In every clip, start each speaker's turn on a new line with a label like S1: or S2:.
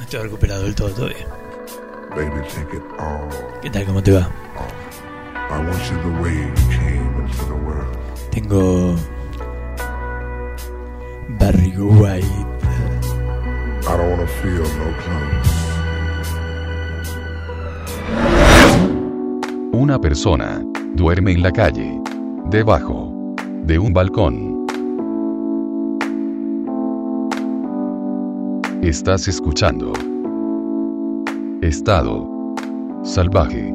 S1: estoy recuperado del todo todavía.
S2: Baby, take it all.
S1: ¿Qué tal? ¿Cómo te va?
S2: I want you the way you came into the world.
S1: Tengo. Barry White.
S2: I don't want to feel no clothes.
S3: Una persona duerme en la calle, debajo de un balcón. Estás escuchando Estado Salvaje.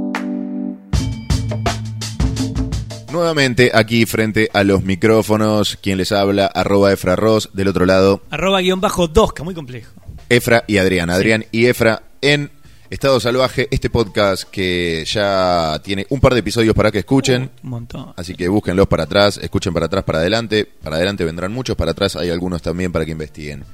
S4: Nuevamente aquí frente a los micrófonos, quien les habla, arroba Efra Ross, del otro lado,
S1: Arroba guión bajo Dosca, muy complejo.
S4: Efra y Adrián. Adrián y Efra en Estado Salvaje, este podcast que ya tiene un par de episodios para que escuchen.
S1: Un montón.
S4: Así que búsquenlos para atrás, escuchen para atrás, para adelante. Para adelante vendrán muchos, para atrás hay algunos también para que investiguen.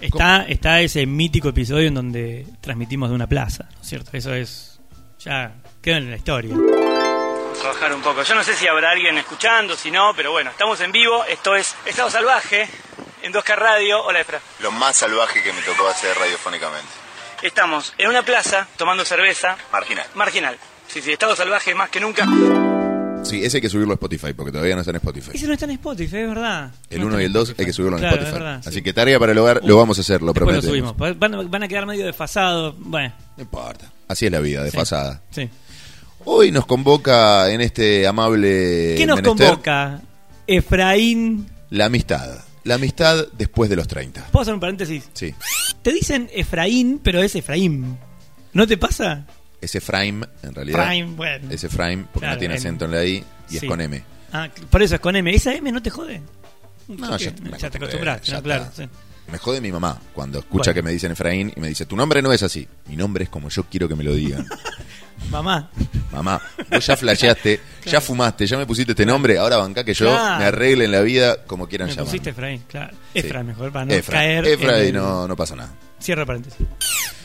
S1: Está, está ese mítico episodio en donde transmitimos de una plaza, ¿no es cierto? Eso es. Ya quedó en la historia.
S5: Bajar un poco. Yo no sé si habrá alguien escuchando, si no, pero bueno, estamos en vivo. Esto es Estado Salvaje en 2K Radio. Hola, Efra.
S6: Lo más salvaje que me tocó hacer radiofónicamente.
S5: Estamos en una plaza tomando cerveza.
S6: Marginal.
S5: Marginal. Sí, sí, Estado Salvaje más que nunca.
S4: Sí, ese hay que subirlo a Spotify porque todavía no está en Spotify.
S1: Ese no está en Spotify, es verdad.
S4: El
S1: No
S4: 1
S1: está
S4: y
S1: en
S4: el 2 hay
S1: Spotify.
S4: que subirlo en
S1: Claro,
S4: Spotify.
S1: es verdad, sí. Uh.
S4: Así que tarea para el hogar, lo vamos a hacer, lo
S1: Después lo
S4: prometo.
S1: subimos. Van, van a quedar medio desfasados. Bueno,
S4: No importa. Así es la vida, desfasada.
S1: sí.
S4: Hoy nos convoca en este amable.
S1: ¿Qué nos
S4: menester,
S1: convoca? Efraín.
S4: La amistad. La amistad después de los 30.
S1: ¿Puedo hacer un paréntesis?
S4: Sí.
S1: Te dicen Efraín, pero es Efraín. ¿No te pasa?
S4: Ese Frame, en realidad.
S1: Efraín, bueno.
S4: Ese Frame, porque
S1: Claro,
S4: no tiene
S1: en-
S4: acento en la I y
S1: Sí.
S4: es con M.
S1: Ah, por eso es con M. ¿Esa M no te jode?
S4: No, ya, me
S1: te
S4: acostumbré,
S1: acostumbraste,
S4: ya
S1: ¿no? claro.
S4: está.
S1: sí.
S4: Me jode mi mamá cuando escucha
S1: Bueno.
S4: que me dicen Efraín y me dice, tu nombre no es así. Mi nombre es como yo quiero que me lo digan.
S1: Mamá.
S4: Mamá, vos ya flasheaste, ya fumaste, ya me pusiste este nombre, ahora banca que yo
S1: Claro.
S4: me arregle en la vida como quieran
S1: Me
S4: llamarme.
S1: pusiste Efraín, claro.
S4: Sí.
S1: Efra, mejor, para no
S4: Efra.
S1: caer.
S4: Efra
S1: en
S4: y
S1: el-
S4: no, no pasa nada.
S1: Cierra paréntesis.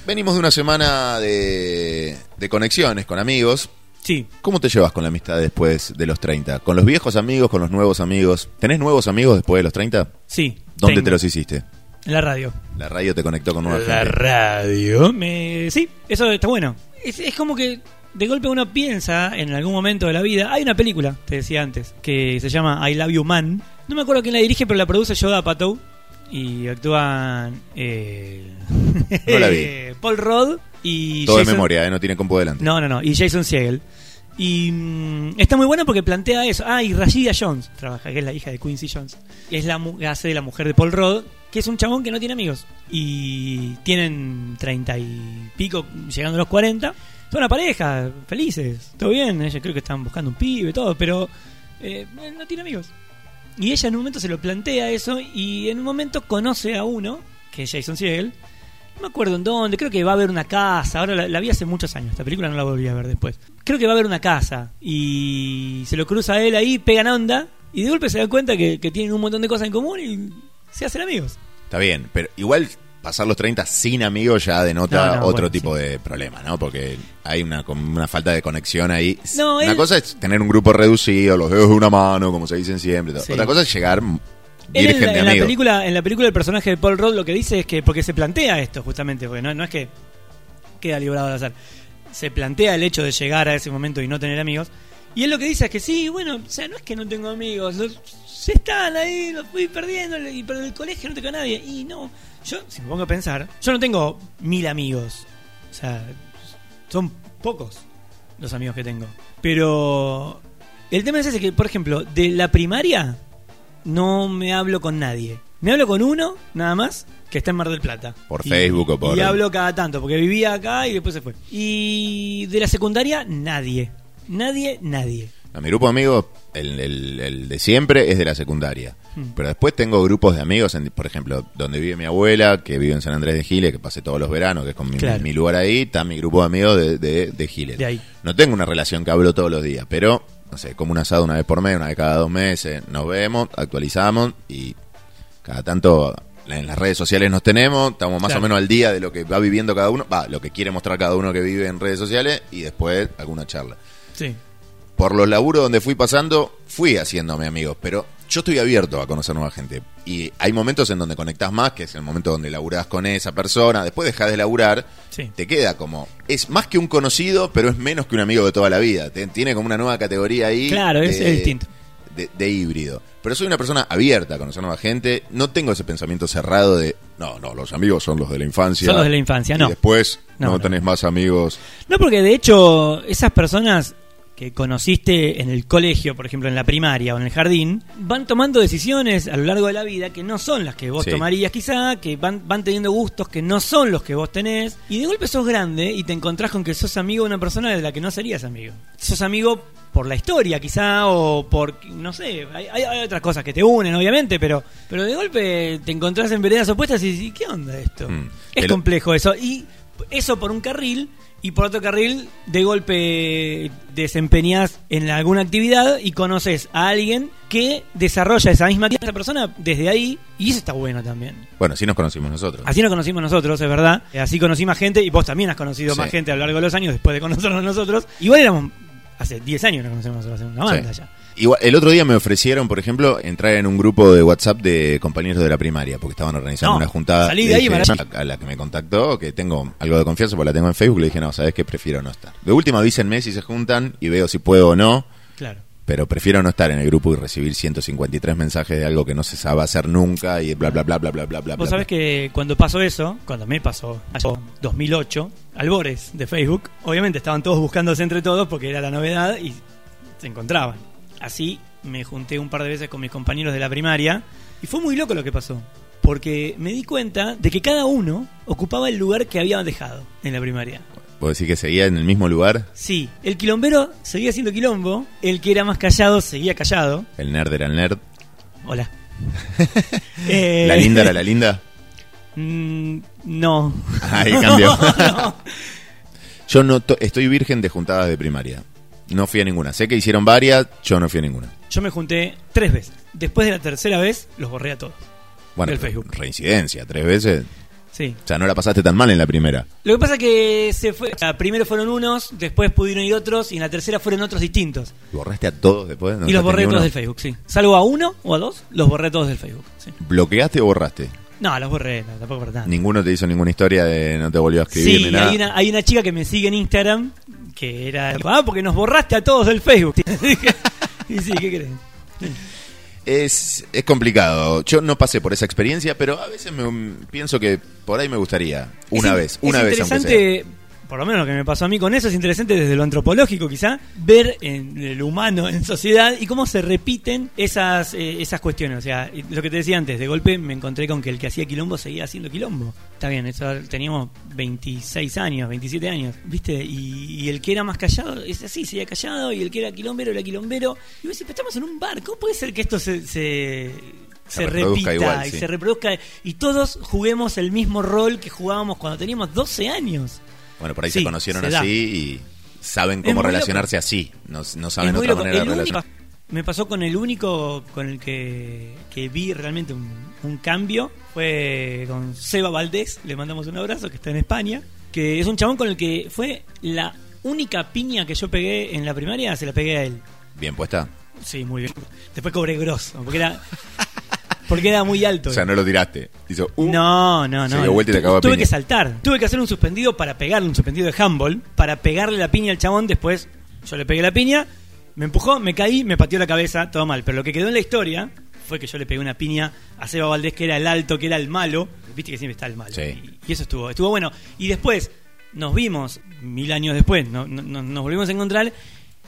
S4: Venimos de una semana de, de conexiones con amigos.
S1: Sí.
S4: ¿Cómo te llevas con la amistad después de los 30? ¿Con los viejos amigos, con los nuevos amigos? ¿Tenés nuevos amigos después de los 30?
S1: Sí.
S4: ¿Dónde
S1: tengo.
S4: te los hiciste?
S1: En la radio.
S4: La radio te conectó con nueva
S1: La
S4: gente.
S1: radio. Me... Sí, eso está bueno. Es, es como que de golpe uno piensa en algún momento de la vida. Hay una película, te decía antes, que se llama I Love You Man. No me acuerdo quién la dirige, pero la produce Yoda Patou. Y actúan. eh,
S4: No la vi.
S1: Paul Rudd y.
S4: Todo de
S1: Jason-
S4: memoria, ¿eh? no tiene compu delante.
S1: No, no, no. Y Jason Siegel. Y mm, está muy bueno porque plantea eso. Ah, y Rashida Jones trabaja, que es la hija de Quincy Jones. Es la mu- hace de la mujer de Paul Rudd, que es un chabón que no tiene amigos. Y tienen treinta y pico, llegando a los cuarenta. Son una pareja, felices, todo bien. Ellos creo que están buscando un pibe, todo, pero eh, él no tiene amigos. Y ella en un momento se lo plantea eso y en un momento conoce a uno, que es Jason Siegel. No me acuerdo en dónde, creo que va a haber una casa. Ahora la, la vi hace muchos años, esta película no la volví a ver después. Creo que va a haber una casa y se lo cruza a él ahí, pegan onda y de golpe se da cuenta que, que tienen un montón de cosas en común y se hacen amigos.
S4: Está bien, pero igual pasar los 30 sin amigos ya denota
S1: No, no,
S4: otro
S1: bueno,
S4: tipo de problema, ¿no? Porque hay una, com- una falta de conexión ahí.
S1: No,
S4: una
S1: él-
S4: cosa es tener un grupo reducido, los dedos de una mano, como se dicen siempre. todo.
S1: Sí.
S4: Otra cosa es llegar
S1: Él
S4: virgen
S1: en, la,
S4: de
S1: en la
S4: amigos.
S1: película, en la película el personaje de Paul Rudd lo que dice es que porque se plantea esto justamente, porque no, no es que queda librado al azar. Se plantea el hecho de llegar a ese momento y no tener amigos. Y él lo que dice es que sí, bueno, o sea, no es que no tengo amigos, los- se están ahí, los fui perdiendo, y pero del colegio no tengo a nadie. Y no, yo, si me pongo a pensar, yo no tengo mil amigos. O sea, son pocos los amigos que tengo. Pero el tema es ese que, por ejemplo, de la primaria no me hablo con nadie. Me hablo con uno, nada más, que está en Mar del Plata.
S4: Por Facebook o por-
S1: Y hablo cada tanto, porque vivía acá y después se fue. Y de la secundaria, nadie. Nadie, nadie.
S4: A mi grupo de amigos, el, el- el de siempre, es de la secundaria.
S1: Hmm.
S4: Pero después tengo grupos de amigos, en, por ejemplo, donde vive mi abuela, que vive en San Andrés de Giles, que pasé todos los veranos, que es con mi,
S1: Claro.
S4: mi lugar ahí, está mi grupo de amigos de, de, de Giles.
S1: De ahí.
S4: No tengo una relación que hablo todos los días, pero, no sé, como un asado una vez por mes, una vez cada dos meses, nos vemos, actualizamos y cada tanto en las redes sociales nos tenemos, estamos más
S1: Claro.
S4: o menos al día de lo que va viviendo cada uno, va, lo que quiere mostrar cada uno que vive en redes sociales y después alguna charla
S1: Sí.
S4: por los laburos donde fui pasando, fui haciéndome amigos, pero yo estoy abierto a conocer nueva gente. Y hay momentos en donde conectás más, que es el momento donde laburás con esa persona, después dejás de laburar,
S1: Sí.
S4: te queda como, es más que un conocido, pero es menos que un amigo de toda la vida. Te- tiene como una nueva categoría ahí.
S1: Claro, es-
S4: de-
S1: es distinto.
S4: De, de híbrido. Pero soy una persona abierta a conocer nueva gente, no tengo ese pensamiento cerrado de, no, no, los amigos son los de la infancia.
S1: Son los de la infancia,
S4: y
S1: no.
S4: después
S1: No,
S4: no,
S1: no.
S4: tenés más amigos.
S1: No, porque de hecho, esas personas que conociste en el colegio, por ejemplo, en la primaria o en el jardín, van tomando decisiones a lo largo de la vida que no son las que vos
S4: Sí.
S1: tomarías quizá, que van, van teniendo gustos que no son los que vos tenés, y de golpe sos grande y te encontrás con que sos amigo de una persona de la que no serías amigo. Sos amigo por la historia quizá o por, no sé, hay, hay- hay otras cosas que te unen obviamente, pero, pero de golpe te encontrás en veredas opuestas y decís, ¿qué onda esto?
S4: Mm.
S1: Es
S4: El-
S1: complejo eso. Y eso por un carril y por otro carril de golpe desempeñás en alguna actividad y conoces a alguien que desarrolla esa misma actividad, esa persona desde ahí y eso está bueno también.
S4: Bueno, así nos conocimos nosotros.
S1: Así nos conocimos nosotros, es verdad. Así conocí más gente y vos también has conocido
S4: Sí.
S1: más gente a lo largo de los años después de conocernos nosotros. Igual éramos hace 10 años nos conocemos, hace una banda
S4: Sí.
S1: ya.
S4: Igual, el otro día me ofrecieron, por ejemplo, entrar en un grupo de WhatsApp de compañeros de la primaria, porque estaban organizando
S1: No,
S4: una juntada.
S1: salí de
S4: Le
S1: ahí,
S4: dije
S1: Marachi.
S4: a la que me contactó, que tengo algo de confianza, porque la tengo en Facebook, le dije, no, sabes que prefiero no estar. De última avísenme si se juntan y veo si puedo o no,
S1: Claro.
S4: pero prefiero no estar en el grupo y recibir 153 mensajes de algo que no se sabe hacer nunca y bla, bla, bla, bla, bla, bla, bla.
S1: Vos
S4: bla,
S1: sabés que cuando pasó eso, cuando me pasó, pasó 2008, albores de Facebook, obviamente estaban todos buscándose entre todos porque era la novedad y se encontraban. Así me junté un par de veces con mis compañeros de la primaria y fue muy loco lo que pasó, porque me di cuenta de que cada uno ocupaba el lugar que había dejado en la primaria.
S4: bla. ¿Vos decís que seguía en el mismo lugar?
S1: Sí, el quilombero seguía siendo quilombo, el que era más callado seguía callado.
S4: El nerd era el nerd.
S1: Hola. Eh,
S4: La linda era la linda.
S1: mm, no.
S4: Ahí cambió.
S1: No.
S4: Yo no to- estoy virgen de juntadas de primaria. No fui a ninguna. Sé que hicieron varias, yo no fui a ninguna.
S1: Yo me junté tres veces. Después de la tercera vez, los borré a todos.
S4: Bueno,
S1: Del Facebook.
S4: reincidencia, tres veces.
S1: Sí.
S4: O sea, no la pasaste tan mal en la primera.
S1: Lo que pasa que se fue. o sea, primero fueron unos, después pudieron ir otros, y en la tercera fueron otros distintos.
S4: ¿Borraste a todos después? ¿No
S1: y los
S4: dejaste
S1: borré
S4: ni
S1: todos
S4: uno?
S1: del Facebook, sí. Salvo a uno o a dos, los borré todos del Facebook. sí.
S4: ¿Bloqueaste o borraste?
S1: No, los borré, no, tampoco para nada.
S4: Ninguno te hizo ninguna historia de no te volvió a escribir
S1: Sí,
S4: ni nada.
S1: hay una, hay una chica que me sigue en Instagram que era. Ah, porque nos borraste a todos del Facebook. y sí, ¿qué crees?
S4: Es, es complicado. Yo no pasé por esa experiencia, pero a veces me, mm, pienso que por ahí me gustaría. Una
S1: Es in-
S4: vez, una
S1: es
S4: vez aunque sea.
S1: interesante, por lo menos lo que me pasó a mí con eso, es interesante desde lo antropológico quizá, ver en el humano en sociedad y cómo se repiten esas, eh, esas cuestiones. O sea, y lo que te decía antes, de golpe me encontré con que el que hacía quilombo seguía haciendo quilombo. Está bien, eso, teníamos 26 años, 27 años, ¿viste? Y, y el que era más callado, es así, seguía callado, y el que era quilombero era quilombero. Y vos decís, pero estamos en un bar, ¿cómo puede ser que esto se... se
S4: Se
S1: se
S4: reproduzca
S1: repita
S4: igual,
S1: y
S4: sí.
S1: se reproduzca y todos juguemos el mismo rol que jugábamos cuando teníamos 12 años.
S4: Bueno, por ahí
S1: Sí,
S4: se conocieron
S1: se
S4: así
S1: da.
S4: y saben
S1: Es
S4: cómo
S1: muy loco.
S4: relacionarse así. No, no saben
S1: Es muy
S4: otra
S1: loco.
S4: manera de
S1: El único-
S4: relacionarse.
S1: me pasó con el único con el que, que vi realmente un, un cambio fue con Seba Valdés, le mandamos un abrazo que está en España, que es un chabón con el que fue la única piña que yo pegué en la primaria, se la pegué a él.
S4: Bien puesta.
S1: Sí, muy bien. Después cobré grosso, porque era porque era muy alto.
S4: O sea, no lo tiraste. Hizo, uh,
S1: No, no,
S4: Se
S1: no.
S4: dio vuelta y te
S1: Tu-
S4: cagó a
S1: Tuve
S4: piña.
S1: que saltar. Tuve que hacer un suspendido para pegarle, un suspendido de handball, para pegarle la piña al chabón. Después yo le pegué la piña, me empujó, me caí, me pateó la cabeza, todo mal. Pero lo que quedó en la historia fue que yo le pegué una piña a Seba Valdés, que era el alto, que era el malo. Viste que siempre está el malo.
S4: Sí.
S1: Y, y eso estuvo, estuvo bueno. Y después nos vimos, mil años después, no- no- no- nos volvimos a encontrar.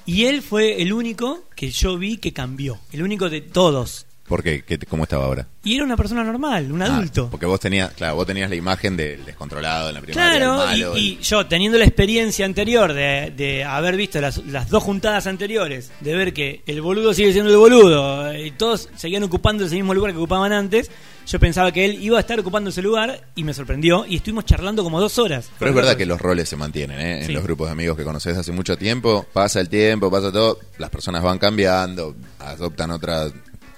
S1: Y él fue el único que yo vi que cambió. El único de todos.
S4: ¿Por qué? ¿Qué te- ¿Cómo estaba ahora?
S1: Y era una persona normal, un
S4: Ah,
S1: adulto.
S4: porque vos tenías, claro, vos tenías la imagen del descontrolado en la primaria.
S1: Claro,
S4: el
S1: y-
S4: malo,
S1: y, yo teniendo la experiencia anterior de, de haber visto las, las dos juntadas anteriores, de ver que el boludo sigue siendo el boludo eh, y todos seguían ocupando ese mismo lugar que ocupaban antes, yo pensaba que él iba a estar ocupando ese lugar y me sorprendió y estuvimos charlando como dos horas.
S4: Pero es verdad que los roles se mantienen, ¿eh? En
S1: Sí.
S4: los grupos de amigos que conoces hace mucho tiempo, pasa el tiempo, pasa todo, las personas van cambiando, adoptan otras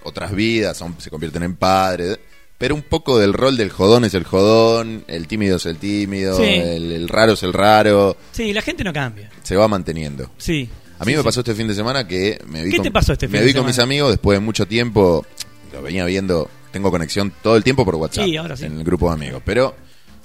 S4: otras vidas, son- se convierten en padres. Pero un poco del rol del jodón es el jodón, el tímido es el tímido,
S1: Sí.
S4: el, el raro es el raro,
S1: Sí, la gente no cambia.
S4: se va manteniendo.
S1: Sí.
S4: A mí
S1: Sí,
S4: me
S1: sí.
S4: pasó este fin de semana que me vi
S1: ¿Qué
S4: con,
S1: te pasó este fin
S4: me
S1: de
S4: vi con mis
S1: semana?
S4: amigos después de mucho tiempo. Lo venía viendo, tengo conexión todo el tiempo por WhatsApp
S1: Sí, ahora sí.
S4: en el grupo de amigos, pero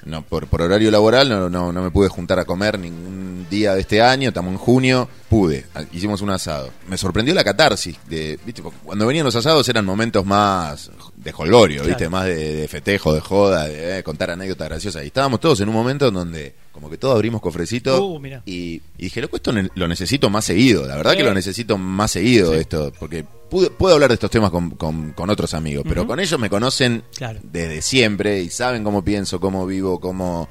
S4: no por, por horario laboral no, no, no me pude juntar a comer ningún día de este año, estamos en junio, pude, Ah, hicimos un asado. Me sorprendió la catarsis de, viste, porque cuando venían los asados eran momentos más de jolgorio, viste,
S1: Claro.
S4: más de, de festejo, de joda, de eh, contar anécdotas graciosas. Y estábamos todos en un momento en donde como que todos abrimos cofrecito
S1: Uh, mirá.
S4: y, y dije, loco, esto ne- lo necesito más seguido. La verdad que
S1: Sí.
S4: lo necesito más seguido esto, porque pude- puedo hablar de estos temas con, con- con otros amigos, pero con ellos me conocen
S1: Claro.
S4: desde siempre y saben cómo pienso, cómo vivo, cómo,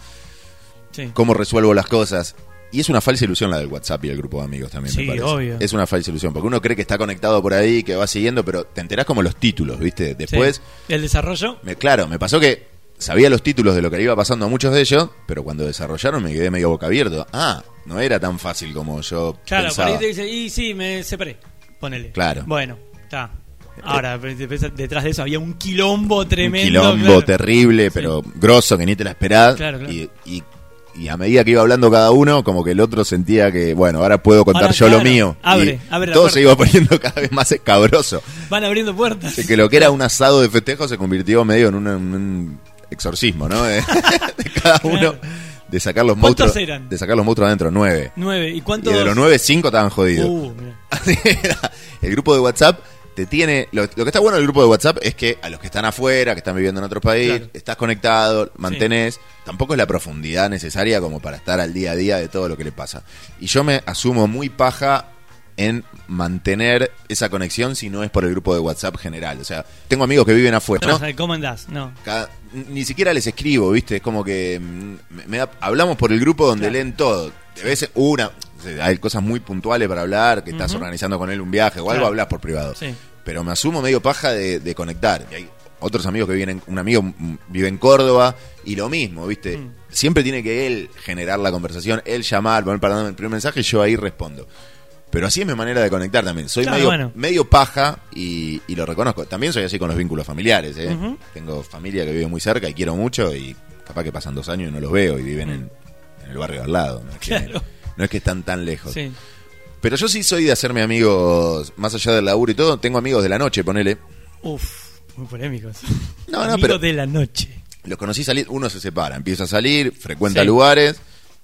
S1: Sí.
S4: cómo resuelvo las cosas. Y es una falsa ilusión la del WhatsApp y el grupo de amigos también, me
S1: Sí,
S4: parece.
S1: obvio.
S4: Es una falsa ilusión, porque uno cree que está conectado por ahí, que va siguiendo, pero te enterás como los títulos, ¿viste? Después...
S1: Sí. el desarrollo.
S4: Me, claro, me pasó que sabía los títulos de lo que le iba pasando a muchos de ellos, pero cuando desarrollaron me quedé medio boca abierto. Ah, no era tan fácil como yo
S1: Claro, por ahí
S4: pensaba.
S1: te dice, y sí, me separé. Ponele.
S4: Claro. Eh,
S1: Bueno, está. Ahora, pero te pensás, detrás de eso había un quilombo tremendo.
S4: Un quilombo
S1: claro.
S4: terrible, pero grosso, que ni te la esperás.
S1: Claro, claro.
S4: Y, y- y a medida que iba hablando cada uno, como que el otro sentía que, bueno, ahora puedo contar
S1: Ahora,
S4: yo lo
S1: claro,
S4: mío.
S1: abre,
S4: Y
S1: abre la
S4: todo
S1: puerta.
S4: se iba poniendo cada vez más escabroso.
S1: Van abriendo puertas.
S4: Así que lo que era un asado de festejo se convirtió medio en un, en un exorcismo, ¿no? De, de cada uno.
S1: Claro.
S4: De sacar los
S1: ¿Cuántos
S4: monstruos.
S1: eran?
S4: De sacar los monstruos adentro, nueve.
S1: Nueve. ¿Y
S4: Y
S1: cuántos?
S4: de los nueve, cinco estaban jodidos.
S1: Uh, mirá.
S4: Así era. el grupo de WhatsApp te tiene. Lo, lo que está bueno del grupo de WhatsApp es que a los que están afuera, que están viviendo en otro país,
S1: Claro.
S4: estás conectado, mantenés. Tampoco es la profundidad necesaria como para estar al día a día de todo lo que le pasa. Y yo me asumo muy paja en mantener esa conexión si no es por el grupo de WhatsApp general. O sea, tengo amigos que viven afuera. ¿no?
S1: No, ¿Cómo andás? No.
S4: Cada- ni siquiera les escribo, ¿viste? Es como que mm, me- me da- hablamos por el grupo donde leen todo. De veces una, hay cosas muy puntuales para hablar, que estás organizando con él un viaje o algo,
S1: Claro.
S4: hablas por privado.
S1: Sí.
S4: Pero me asumo medio paja de, de conectar. Y hay otros amigos que vienen, un amigo mm, vive en Córdoba y lo mismo, ¿viste?
S1: Mm.
S4: Siempre tiene que él generar la conversación, él llamar, poner para darme el primer mensaje y yo ahí respondo. Pero así es mi manera de conectar también. Soy
S1: Claro,
S4: medio,
S1: bueno.
S4: medio paja y, y lo reconozco. También soy así con los vínculos familiares. ¿eh?
S1: Ujú.
S4: Tengo familia que vive muy cerca y quiero mucho y capaz que pasan dos años y no los veo y viven en, en el barrio de al lado. No es, que,
S1: Mm. Claro.
S4: no es que están tan lejos.
S1: Sí.
S4: Pero yo sí soy de hacerme amigos más allá del laburo y todo. Tengo amigos de la noche, ponele.
S1: Uf, muy polémicos.
S4: No, no,
S1: Amigos
S4: pero-
S1: de la noche.
S4: Los conocí salir, uno se separa, empieza a salir, frecuenta
S1: Sí.
S4: lugares.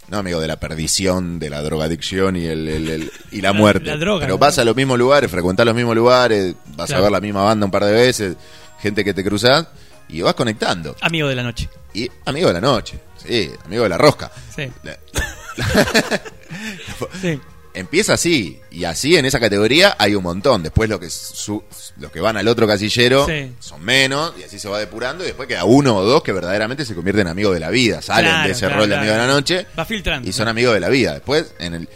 S4: No, amigo, de la perdición, de la drogadicción y, el, el- el- y la
S1: La-
S4: muerte.
S1: la droga,
S4: Pero
S1: ¿no?
S4: vas a los mismos lugares, frecuentás los mismos lugares, vas
S1: Claro.
S4: a ver la misma banda un par de veces, gente que te cruzás y vas conectando.
S1: Amigo de la noche.
S4: Y amigo de la noche, sí, amigo de la rosca.
S1: Sí.
S4: La-
S1: Sí.
S4: empieza así y así en esa categoría hay un montón después lo que su- los que van al otro casillero
S1: Sí.
S4: son menos y así se va depurando y después queda uno o dos que verdaderamente se convierten en amigos de la vida salen
S1: Claro,
S4: de ese
S1: claro,
S4: rol de
S1: claro.
S4: amigo de la noche
S1: Va filtrando.
S4: y son amigos de la vida después en el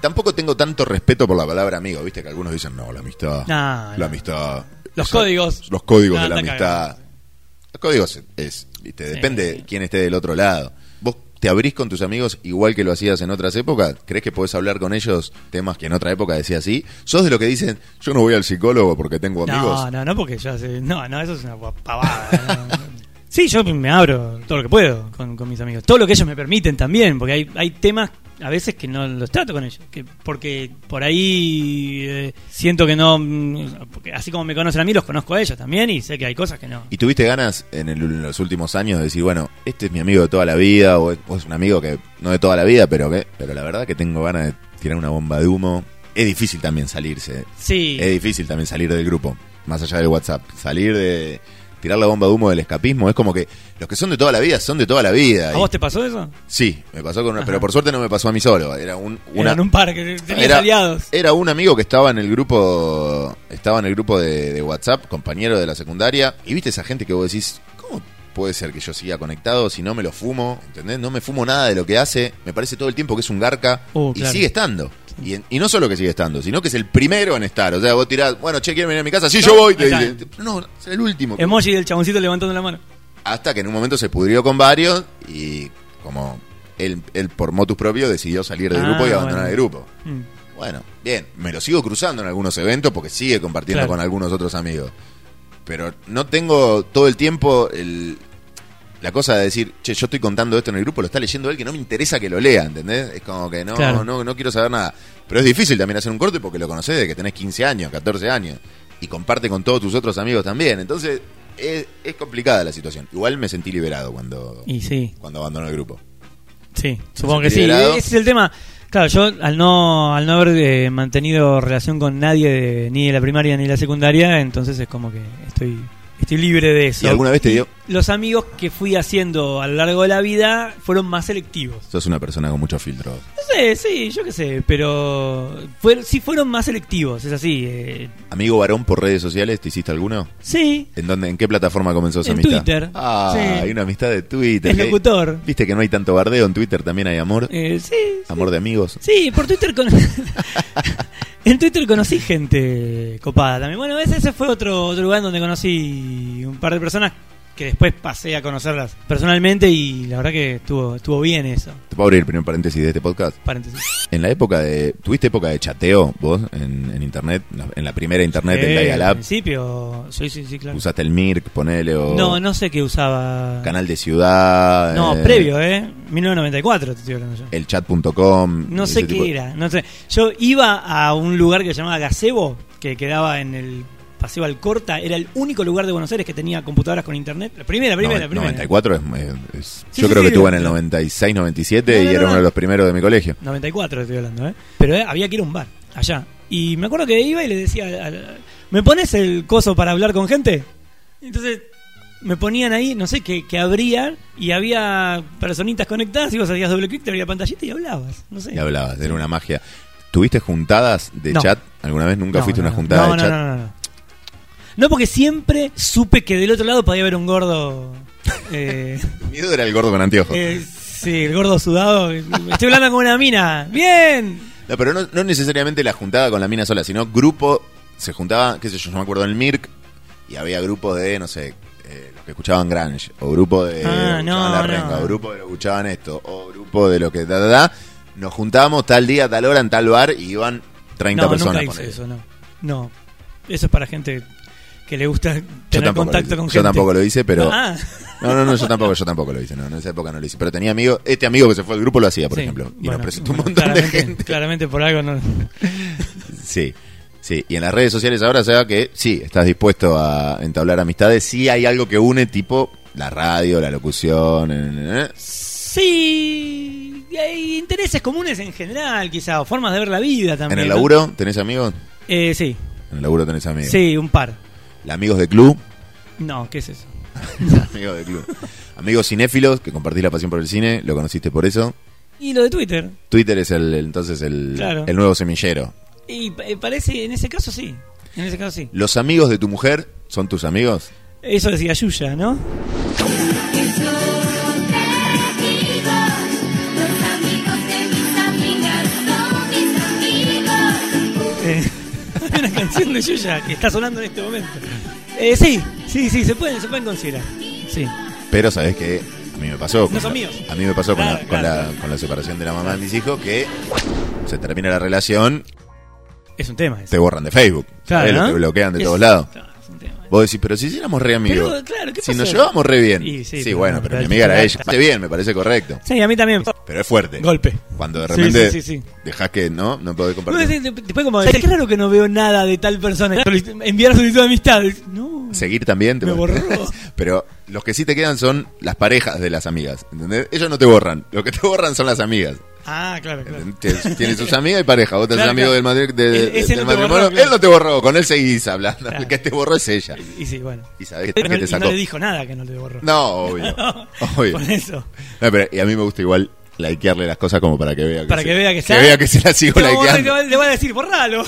S4: tampoco tengo tanto respeto por la palabra amigo viste que algunos dicen no la amistad
S1: No,
S4: la
S1: no.
S4: amistad
S1: Los códigos.
S4: los códigos
S1: No,
S4: de la
S1: está
S4: amistad
S1: cagado.
S4: los códigos es, viste, depende quién esté del otro lado. Vos te abrís con tus amigos igual que lo hacías en otras épocas, ¿crees que podés hablar con ellos temas que en otra época decías así? ¿Sos de lo que dicen, yo no voy al psicólogo porque tengo amigos?
S1: No, no, no, porque yo sé- No, no, eso es una pavada. no, no. Sí, yo me abro todo lo que puedo con, con mis amigos. Todo lo que ellos me permiten también, porque hay, hay temas a veces que no los trato con ellos. Que, porque por ahí eh, siento que no. mm, porque así como me conocen a mí, los conozco a ellos también y sé que hay cosas que no.
S4: ¿Y tuviste ganas en, el- en los últimos años de decir, bueno, este es mi amigo de toda la vida, o es, o es un amigo que no de toda la vida, pero que, pero la verdad que tengo ganas de tirar una bomba de humo? Es difícil también salirse.
S1: Sí.
S4: Es difícil también salir del grupo, más allá del WhatsApp. Salir de. Tirar la bomba de humo del escapismo es como que los que son de toda la vida son de toda la vida.
S1: ¿A
S4: Y-
S1: vos te pasó eso?
S4: Sí, me pasó con una. Pero por suerte no me pasó a mí solo. Era un, una,
S1: En un parque, tenías
S4: era, eh,
S1: aliados.
S4: era un amigo que estaba en el grupo. Estaba en el grupo de, de WhatsApp, compañero de la secundaria. Y viste esa gente que vos decís, ¿cómo puede ser que yo siga conectado si no me lo fumo? ¿Entendés? No me fumo nada de lo que hace. Me parece todo el tiempo que es un garca.
S1: Uh,
S4: y
S1: claro.
S4: sigue estando. Y, en- y no solo que sigue estando, sino que es el primero en estar. O sea, vos tirás, bueno, che, ¿quieren venir a mi casa? Sí,
S1: No,
S4: yo voy. Te
S1: ahí está.
S4: dice. No, es el último.
S1: Emoji del chaboncito levantando la mano.
S4: Hasta que en un momento se pudrió con varios y como él, él por motus propio decidió salir del
S1: Ah,
S4: grupo y abandonar
S1: bueno.
S4: el grupo.
S1: Mm.
S4: Bueno, bien, me lo sigo cruzando en algunos eventos porque sigue compartiendo
S1: Claro.
S4: con algunos otros amigos. Pero no tengo todo el tiempo el, la cosa de decir, che, yo estoy contando esto en el grupo, lo está leyendo él, que no me interesa que lo lea, ¿entendés? Es como que no,
S1: Claro.
S4: no, no quiero saber nada. Pero es difícil también hacer un corte porque lo conocés de que tenés 15 años, 14 años, y comparte con todos tus otros amigos también. Entonces, es, es complicada la situación. Igual me sentí liberado cuando,
S1: Y sí.
S4: cuando abandonó el grupo.
S1: Sí, supongo que sí.
S4: Liberado.
S1: Ese es el tema. Claro, yo al no, al no haber eh, mantenido relación con nadie de- ni de la primaria ni de la secundaria, entonces es como que estoy, estoy libre de
S4: ¿Y
S1: eso.
S4: alguna vez te dio?
S1: Los amigos que fui haciendo a lo largo de la vida fueron más selectivos.
S4: Sos una persona con muchos filtros.
S1: No sé, sí, yo qué sé, pero fue- sí fueron más selectivos, es así. eh,
S4: Amigo varón por redes sociales, ¿te hiciste alguno?
S1: sí,
S4: ¿En dónde, en qué plataforma comenzó esa
S1: En
S4: amistad?
S1: Twitter.
S4: Ah,
S1: Sí.
S4: hay una amistad de Twitter.
S1: es
S4: que-
S1: locutor.
S4: Viste que no hay tanto bardeo en Twitter, también hay amor.
S1: Eh, sí,
S4: Amor de amigos.
S1: Sí, por Twitter con... en Twitter conocí gente copada también. Bueno, ese, ese fue otro, otro lugar donde conocí un par de personas que después pasé a conocerlas personalmente y la verdad que estuvo, estuvo bien eso.
S4: Te puedo abrir el primer paréntesis de este podcast.
S1: Paréntesis.
S4: En la época de. ¿Tuviste época de chateo vos en, en internet? La- En la primera internet, en
S1: Eh,
S4: Dial
S1: al
S4: Up.
S1: principio, sí, sí, sí, claro.
S4: Usaste el Mirk, ponele, o.
S1: No, no sé qué usaba.
S4: Canal de ciudad.
S1: No,
S4: eh,
S1: previo, ¿eh? 1994 te estoy hablando yo.
S4: Elchat.com.
S1: No
S4: ese
S1: sé qué
S4: tipo de-
S1: era, no sé. Yo iba a un lugar que se llamaba Gazebo, que quedaba en el Paseo Alcorta, era el único lugar de Buenos Aires que tenía computadoras con internet. La primera, primera,
S4: Noven-
S1: primera.
S4: 94 es. es- es-
S1: Sí,
S4: yo
S1: sí,
S4: creo
S1: sí,
S4: que tuve en
S1: no.
S4: el 96, 97
S1: No,
S4: y
S1: no,
S4: era
S1: no,
S4: uno de
S1: no.
S4: los primeros de mi colegio.
S1: 94 estoy hablando, ¿eh? Pero eh, había que ir a un bar, allá. Y me acuerdo que iba y le decía, al- al- ¿me pones el coso para hablar con gente? Entonces me ponían ahí, no sé, que, que abrían y había personitas conectadas y vos hacías doble clic, te abría la pantallita y hablabas. No sé.
S4: Y hablabas, era una magia. ¿Tuviste juntadas de
S1: No.
S4: chat alguna vez? ¿Nunca
S1: No,
S4: fuiste a
S1: no,
S4: una
S1: no.
S4: juntada
S1: No,
S4: de
S1: no,
S4: chat?
S1: No, no, no. No, porque siempre supe que del otro lado podía haber un gordo. eh,
S4: Mi miedo era el gordo con anteojos.
S1: eh, sí, el gordo sudado. Estoy hablando con una mina. ¡Bien!
S4: No, pero no, no necesariamente la juntada con la mina sola, sino grupo. Se juntaba, qué sé yo, yo me acuerdo en el Mirk y había grupo de, no sé, eh, los que escuchaban Grange, o grupo de los
S1: Ah,
S4: que
S1: no,
S4: escuchaban La
S1: no.
S4: Renga, o grupo de los que escuchaban esto, o grupo de lo que da, da, da. Nos juntábamos tal día, tal hora, en tal bar y iban 30
S1: no,
S4: personas.
S1: nunca hice
S4: ponele.
S1: eso, no. No. Eso es para gente que le gusta
S4: Yo
S1: tener
S4: tampoco, lo
S1: contacto
S4: hice.
S1: con
S4: Yo
S1: gente.
S4: tampoco lo hice, pero.
S1: Ah,
S4: No, no, no, yo tampoco, yo tampoco lo hice, no, en esa época no lo hice. Pero tenía amigos, este amigo que se fue al grupo lo hacía, por
S1: sí,
S4: ejemplo. Y
S1: bueno,
S4: nos presentó un
S1: bueno,
S4: montón de
S1: claramente-
S4: gente.
S1: Claramente por algo no.
S4: Sí, sí. Y en las redes sociales ahora se da que sí, estás dispuesto a entablar amistades. Sí hay algo que une, tipo la radio, la locución. eh, eh, eh.
S1: Sí. Hay intereses comunes en general, quizá, o formas de ver la vida
S4: ¿En
S1: también.
S4: el
S1: ¿no?
S4: laburo tenés amigos?
S1: Eh, sí.
S4: En el laburo tenés amigos.
S1: Sí, un par.
S4: ¿La amigos de club?
S1: No, ¿qué es eso?
S4: amigos de club. Amigos cinéfilos, que compartís la pasión por el cine, lo conociste por eso.
S1: Y lo de Twitter.
S4: Twitter es el entonces el,
S1: Claro.
S4: el nuevo semillero.
S1: Y pa- eh, parece, en ese caso sí. En ese caso sí.
S4: ¿Los amigos de tu mujer son tus amigos?
S1: Eso decía Yuya, ¿no? Eh, hay una canción de Yuya que está sonando en este momento. Eh, sí, sí, sí, se pueden, se pueden considerar. Sí.
S4: Pero sabes que a mí me pasó.
S1: No
S4: con
S1: son
S4: la-
S1: míos.
S4: A mí me pasó con,
S1: Claro,
S4: la, con,
S1: claro,
S4: la-
S1: claro.
S4: con la separación de la mamá de mis hijos que se termina la relación,
S1: Es un tema
S4: te
S1: ese.
S4: borran de Facebook.
S1: Claro,
S4: ¿sabés?
S1: ¿no?
S4: Te bloquean de
S1: Es-
S4: todos lados.
S1: Claro, es un tema.
S4: Vos decís, pero si éramos re amigos.
S1: Pero, claro, ¿qué
S4: si
S1: pasó?
S4: nos llevábamos re bien.
S1: Y sí,
S4: sí,
S1: pero
S4: bueno,
S1: no,
S4: pero,
S1: pero
S4: mi
S1: el
S4: amiga era
S1: titular-
S4: ella. Está bien, me parece correcto.
S1: Sí, a mí también.
S4: Pero es fuerte.
S1: Golpe.
S4: Cuando de
S1: Sí,
S4: repente
S1: sí, sí, sí.
S4: dejás que no, no podés
S1: No,
S4: compartir.
S1: es- es- Después como, es raro que no veo nada de tal persona. Solic- Enviar solicitud de amistad. No.
S4: Seguir también. te
S1: Me
S4: borran.
S1: borró.
S4: pero los que sí te quedan son las parejas de las amigas. ¿Entendés? Ellos no te borran. Lo que te borran son las amigas.
S1: Ah, claro, claro.
S4: Tienes, tienes sus amigas y pareja. Vos te haces
S1: Claro,
S4: amigo
S1: claro.
S4: del, madri- de- de-
S1: Él-
S4: del
S1: ese no te
S4: matrimonio.
S1: borró, claro.
S4: Él no te borró, con él seguís hablando.
S1: Claro.
S4: El que te borró es ella.
S1: Y sí, bueno.
S4: Y sabés que
S1: Pero no-
S4: te
S1: y no
S4: sacó.
S1: le dijo nada que no le borró.
S4: No, obvio. obvio.
S1: Por eso.
S4: No, pero, y a mí me gusta igual likearle las cosas como para que vea que,
S1: Para
S4: se,
S1: que vea que está-
S4: vea que se las sigo
S1: Te va a borrar y te
S4: likeando.
S1: va- le van a decir, borralo.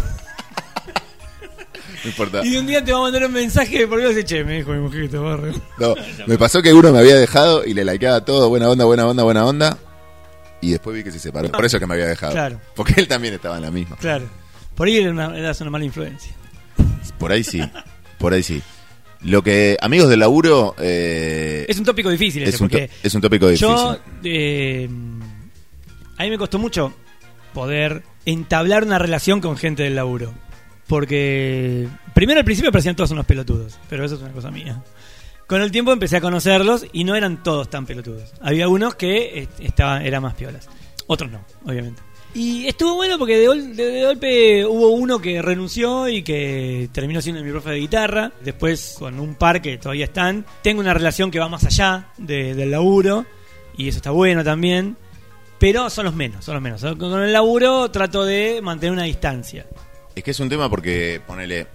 S4: No importa.
S1: Y de un día te va a mandar un mensaje por Dios y dice, che, me dijo mi mujer que te borre.
S4: No, me pasó que uno me había dejado y le likeaba todo. Buena onda, buena onda, buena onda. Y después vi que se separó. Por eso es que me había dejado.
S1: Claro.
S4: Porque él también estaba en la misma.
S1: Claro. Por ahí era una, eras una mala influencia.
S4: Por ahí sí. Por ahí sí. Lo que. Amigos del laburo. eh,
S1: Es un tópico difícil ese,
S4: es, un to-
S1: porque
S4: es un tópico difícil.
S1: yo... eh, a mí me costó mucho poder entablar una relación con gente del laburo. Porque primero al principio parecían todos unos pelotudos, pero eso es una cosa mía. Con el tiempo empecé a conocerlos y no eran todos tan pelotudos. Había unos que eh, estaban, eran más piolas. Otros no, obviamente. Y estuvo bueno porque de, gol- de- de golpe hubo uno que renunció y que terminó siendo mi profe de guitarra. Después con un par que todavía están. Tengo una relación que va más allá de- del laburo y eso está bueno también. Pero son los menos, son los menos. Con con el laburo trato de mantener una distancia.
S4: Es que es un tema porque, ponele.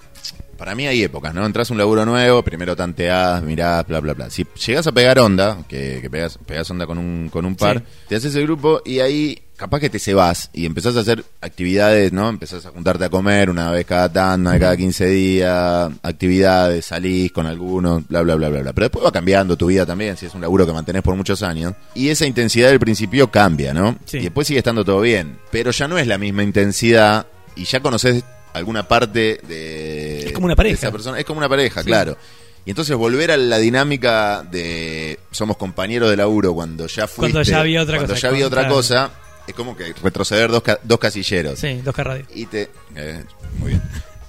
S4: Para mí hay épocas, ¿no? Entras a un laburo nuevo, primero tanteás, mirás, bla, bla, bla. Si llegas a pegar onda, que, que pegas, pegás onda con un, con un par,
S1: Sí.
S4: te haces el grupo y ahí capaz que te cebás y empezás a hacer actividades, ¿no? Empezás a juntarte a comer una vez cada tanto, una vez cada 15 días, actividades, salís con algunos, bla, bla, bla, bla, bla. Pero después va cambiando tu vida también, si es un laburo que mantenés por muchos años. Y esa intensidad del principio cambia, ¿no?
S1: Sí.
S4: Y después sigue estando todo bien, pero ya no es la misma intensidad y ya conoces alguna parte de...
S1: Es como una
S4: de
S1: pareja.
S4: esa persona. Es como una pareja, claro. Y entonces volver a la dinámica de somos compañeros de laburo cuando ya fuiste,
S1: Cuando ya había otra
S4: cuando
S1: cosa,
S4: ya había
S1: cuando-
S4: otra cosa, es como que retroceder dos, ca- dos casilleros.
S1: Sí, dos carradios.
S4: Y te. eh, muy bien.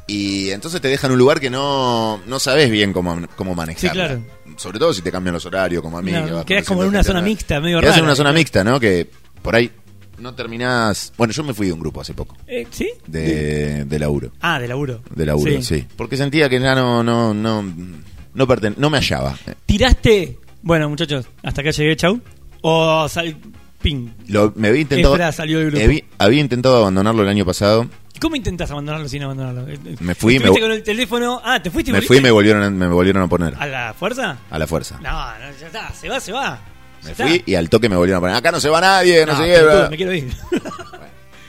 S4: Y entonces te dejan un lugar que no, no sabes bien cómo, cómo manejar.
S1: Sí, claro.
S4: Sobre todo si te cambian los horarios, como a mí.
S1: No,
S4: que vas
S1: quedás como
S4: conociendo
S1: en una
S4: gente
S1: zona
S4: nueva.
S1: mixta, medio
S4: Quedás en
S1: rara,
S4: una zona
S1: claro.
S4: mixta, ¿no? Que por ahí no terminás. Bueno, yo me fui de un grupo hace poco,
S1: Eh, ¿Sí?
S4: de, de laburo.
S1: Ah, de laburo.
S4: De laburo, sí. Porque sentía que ya no, no, no, no, perten- no me hallaba.
S1: ¿Tiraste? Bueno, muchachos, hasta acá llegué, chau. O sal... ping.
S4: Lo- me había intentado.
S1: Efra salió del grupo.
S4: me vi- había intentado abandonarlo el año pasado.
S1: ¿Cómo intentas abandonarlo sin abandonarlo? Eh,
S4: Me fui,
S1: Estuviste
S4: me-
S1: con el teléfono. Ah, te fuiste y
S4: Me
S1: volviste? Ah.
S4: fui y me volvieron, a- me volvieron a poner.
S1: ¿A la fuerza?
S4: A la fuerza.
S1: No, no, ya está, se va, se va. Ya
S4: Me
S1: está.
S4: fui Ah, y al toque me volvieron a poner. Acá no se va nadie, no,
S1: No,
S4: sé qué.
S1: pelotudo,
S4: bla".
S1: me quiero ir.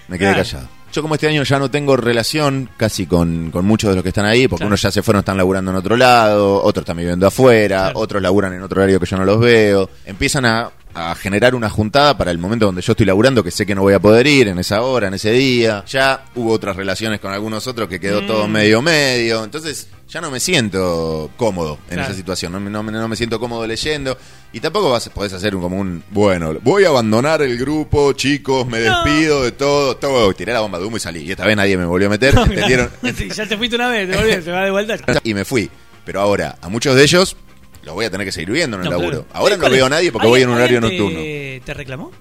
S4: Me quedé
S1: Claro.
S4: callado. Yo como este año ya no tengo relación casi con, con muchos de los que están ahí, porque
S1: Claro.
S4: unos ya se fueron, están laburando en otro lado, otros están viviendo afuera,
S1: Claro.
S4: otros laburan en otro horario que yo no los veo. Empiezan a, a generar una juntada para el momento donde yo estoy laburando, que sé que no voy a poder ir en esa hora, en ese día. Ya hubo otras relaciones con algunos otros que quedó
S1: Mm.
S4: todo medio medio. Entonces ya no me siento cómodo en
S1: Claro.
S4: esa situación, no, me- no me- no me siento cómodo leyendo. Y tampoco vas, podés hacer un, como un, bueno, voy a abandonar el grupo, chicos, me
S1: No.
S4: despido de todo, todo, tiré la bomba de humo y salí. Y esta vez nadie me volvió a meter,
S1: No,
S4: ¿entendieron?
S1: mirá. Sí, ya te fuiste una vez, te volvés, se va de vuelta.
S4: Y me fui. Pero ahora, a muchos de ellos los voy a tener que seguir viendo en el
S1: No,
S4: laburo.
S1: claro. Eh,
S4: Ahora no
S1: ¿Cuál
S4: veo a
S1: es?
S4: nadie porque
S1: ¿Alguien-
S4: voy en un horario
S1: alguien
S4: nocturno.
S1: te- ¿Te reclamó?